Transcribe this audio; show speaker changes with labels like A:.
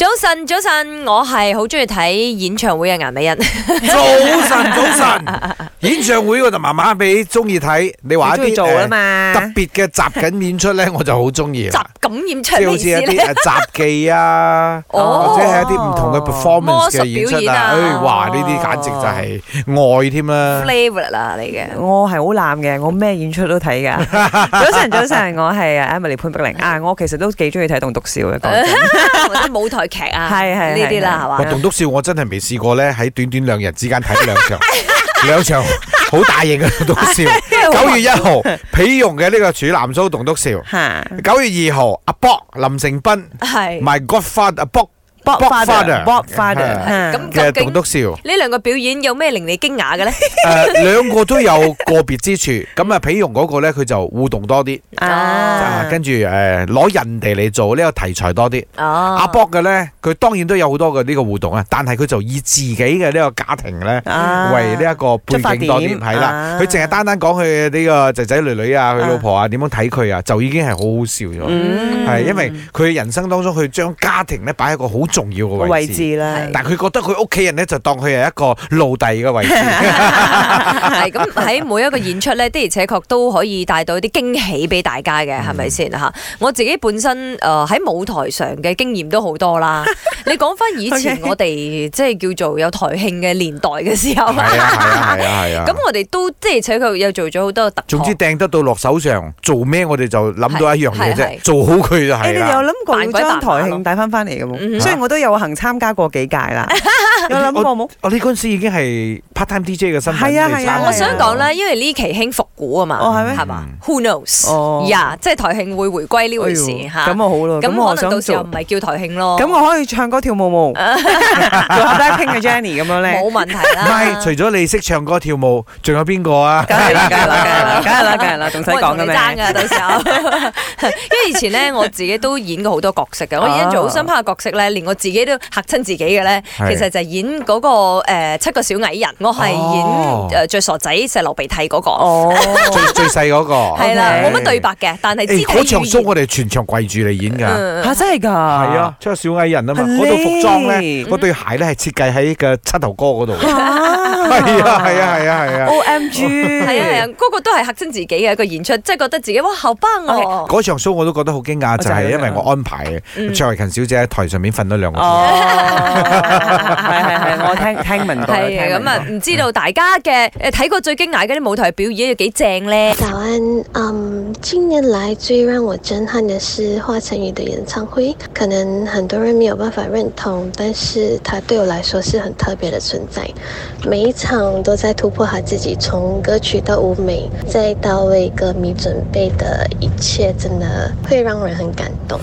A: 早晨，早晨，我係好中意睇演唱會嘅顏美欣。
B: 啊 早晨，早晨，演唱會我就麻麻地中意睇，你話一
C: 你中意
B: 啲
C: 做啊
B: 誒
C: 嘛
B: 特別嘅集緊演出咧， 我就好中意
A: 集
B: 啦，
A: 感染出
B: 即係
A: 咩
B: 好
A: 意
B: 似一
A: 思
B: 啲
A: 咧？
B: 誒雜技啊，
A: 哦
B: 或者係一啲唔同嘅 performance 嘅演
A: 魔術
B: 出
A: 表演啊
B: 啊，誒哇呢啲簡直就係愛添啦
A: f。l a v o r 啦，你嘅
B: 哦
C: 我係好濫嘅，我咩演出都睇㗎。早晨，早晨，我係啊 à, Emily 潘碧玲啊，我其實都幾中意睇棟篤笑嘅，講
A: Ờ.
C: 真
A: 或者舞台劇 啊，
C: 係係
A: 呢啲啦，
C: 係
A: 係
B: 哇！
A: 嘛？
B: 棟篤笑我真係未試過咧，喺短短兩日之間睇兩 場，兩場好大型嘅棟篤笑。 九
A: 哎
B: 月一號，
A: 啊
B: 皮容嘅呢個處男蘇棟篤笑；
C: 嚇，
B: 九月二號，阿博林成斌
A: 係。
B: My Godfather 阿博
C: 哎 Bob
B: Father 嗯 Dạ.
C: Father，Bob
B: 係
C: Father，
A: 咁
C: 咁
B: 嘅
A: 究竟
B: 棟篤笑。
A: 呢兩個表演有咩令你驚訝嘅咧？
B: 誒，呃兩個都有個別之處。咁啊，皮容嗰個咧，佢就互動多啲，啊
C: 啊，
B: 跟住誒攞人哋嚟做呢個題材多啲。
C: 啊
A: 哦
B: 阿博嘅咧，佢當然都有好多嘅呢個互動啊，但係佢就以自己嘅呢個家庭咧。
C: 啊
B: 為呢一個背景多啲，
C: 出發點
B: 係啦
C: 啊，
B: 佢淨係單單講佢呢個仔仔女女啊，佢老婆啊點樣睇佢啊，就已經係好好笑咗。
C: 嗯
B: 係因為佢人生當中，佢將家庭咧擺喺一個好重要嘅位
C: 位
B: 置，
C: 置啦，
A: 係
B: 但佢覺得佢屋企人咧就當佢係一個奴隸嘅位 置。
A: 啊係咁喺每一個演出咧，的而且確都可以帶到一啲驚喜俾大家
B: 嗯
A: 嘅，係咪先嚇？我自己本身誒呃喺、舞台上嘅經驗都好多 啦。你講翻以前
C: Okay
A: 我哋即係叫做有台慶嘅年代嘅時候，
B: 係啊係啊係啊係啊
A: 咁。我哋都即係且確又做咗好多特
B: 總
A: 項
B: 之掟得到落手上，做咩我哋就諗到一樣嘢
A: 係係
B: 啫，做好佢就
C: 誒，
B: 係
C: 你哋
B: 啦。
C: 有諗過要
A: 扮鬼扮
C: 將台
A: 馬咯
C: 慶帶翻翻嚟嘅
A: 嗯
C: 冇？雖然我都有幸參加過幾屆啦，有諗過冇？
B: 哦我呢嗰陣時已經係 part time DJ 嘅身份
C: 係啊
B: 嚟參
C: 係啊
B: 加
A: 我想講咧，因為呢期興復古啊嘛，
C: 哦係咩
A: 係
B: 嗯
A: 嘛？Who knows？
C: 哦
A: 呀，即係台慶會回歸呢回事
C: 哎呦
A: 嚇。
C: 咁啊好咯，
A: 咁
C: 咁我
A: 可能
C: 想
A: 到時候
C: 做
A: 唔。係叫台慶咯，
C: 咁我可以唱歌跳舞冇，做下 Blackpink 嘅 Jennie 咁樣咧，
A: 冇問題
B: 唔
A: 啦。
B: 係，除咗你識唱歌跳舞，仲有邊個 啊？
C: 梗係啦，梗係啦，梗係啦，梗係啦，仲使講嘅
A: 冇人同你爭噶，
C: 咩？
A: 到時候。 因為以前咧，我自己都演過好多角色
C: 哦
A: 嘅。我印象最好深刻嘅角色咧，連我自己都嚇親自己嘅咧，其
B: 係
A: 實就係演嗰個誒七個小矮人，我係
B: 哦
A: 演誒呃最傻仔石流鼻涕嗰 個，
C: 哦，
B: 最最細嗰個。
A: 係啦，
C: okay
A: 冇乜對白嘅，但係肢體
B: 誒嗰場 show
A: 語言。
B: 我哋全場跪住嚟演㗎。
A: 嗯
C: 嚇真係㗎，係
B: 係啊，，出小矮人啊嘛，
C: 係
B: 嗰套服裝咧，
C: 嗯
B: 嗰對鞋咧係設計喺個膝頭哥嗰度嘅。
A: 嗯
B: 係
C: 係
B: 啊，係啊，係啊，
A: 哦
B: 係啊。
C: ，O M G，
A: 係啊係啊，嗰個都係嚇親自己嘅一個演出，即係覺得自己哇啊後崩 我。
B: 嗰場 show 哦我都覺得好驚訝，就係因為我安排
A: 嗯
B: 卓慧勤小姐喺台上面瞓咗兩 個鐘。
C: 哦，係係係，我聽聽聞過，
A: 係啊，咁啊，唔知道大家嘅誒睇過最驚訝嗰啲舞台表演有幾正咧？
D: 早安，嗯，近年来最让我震撼的是华晨宇的演唱会，可能很多人没有办法认同，但是他对我来说是很特别的存在。每一场都在突破他自己，从歌曲到舞美，再到为歌迷准备的一切，真的会让人很感动。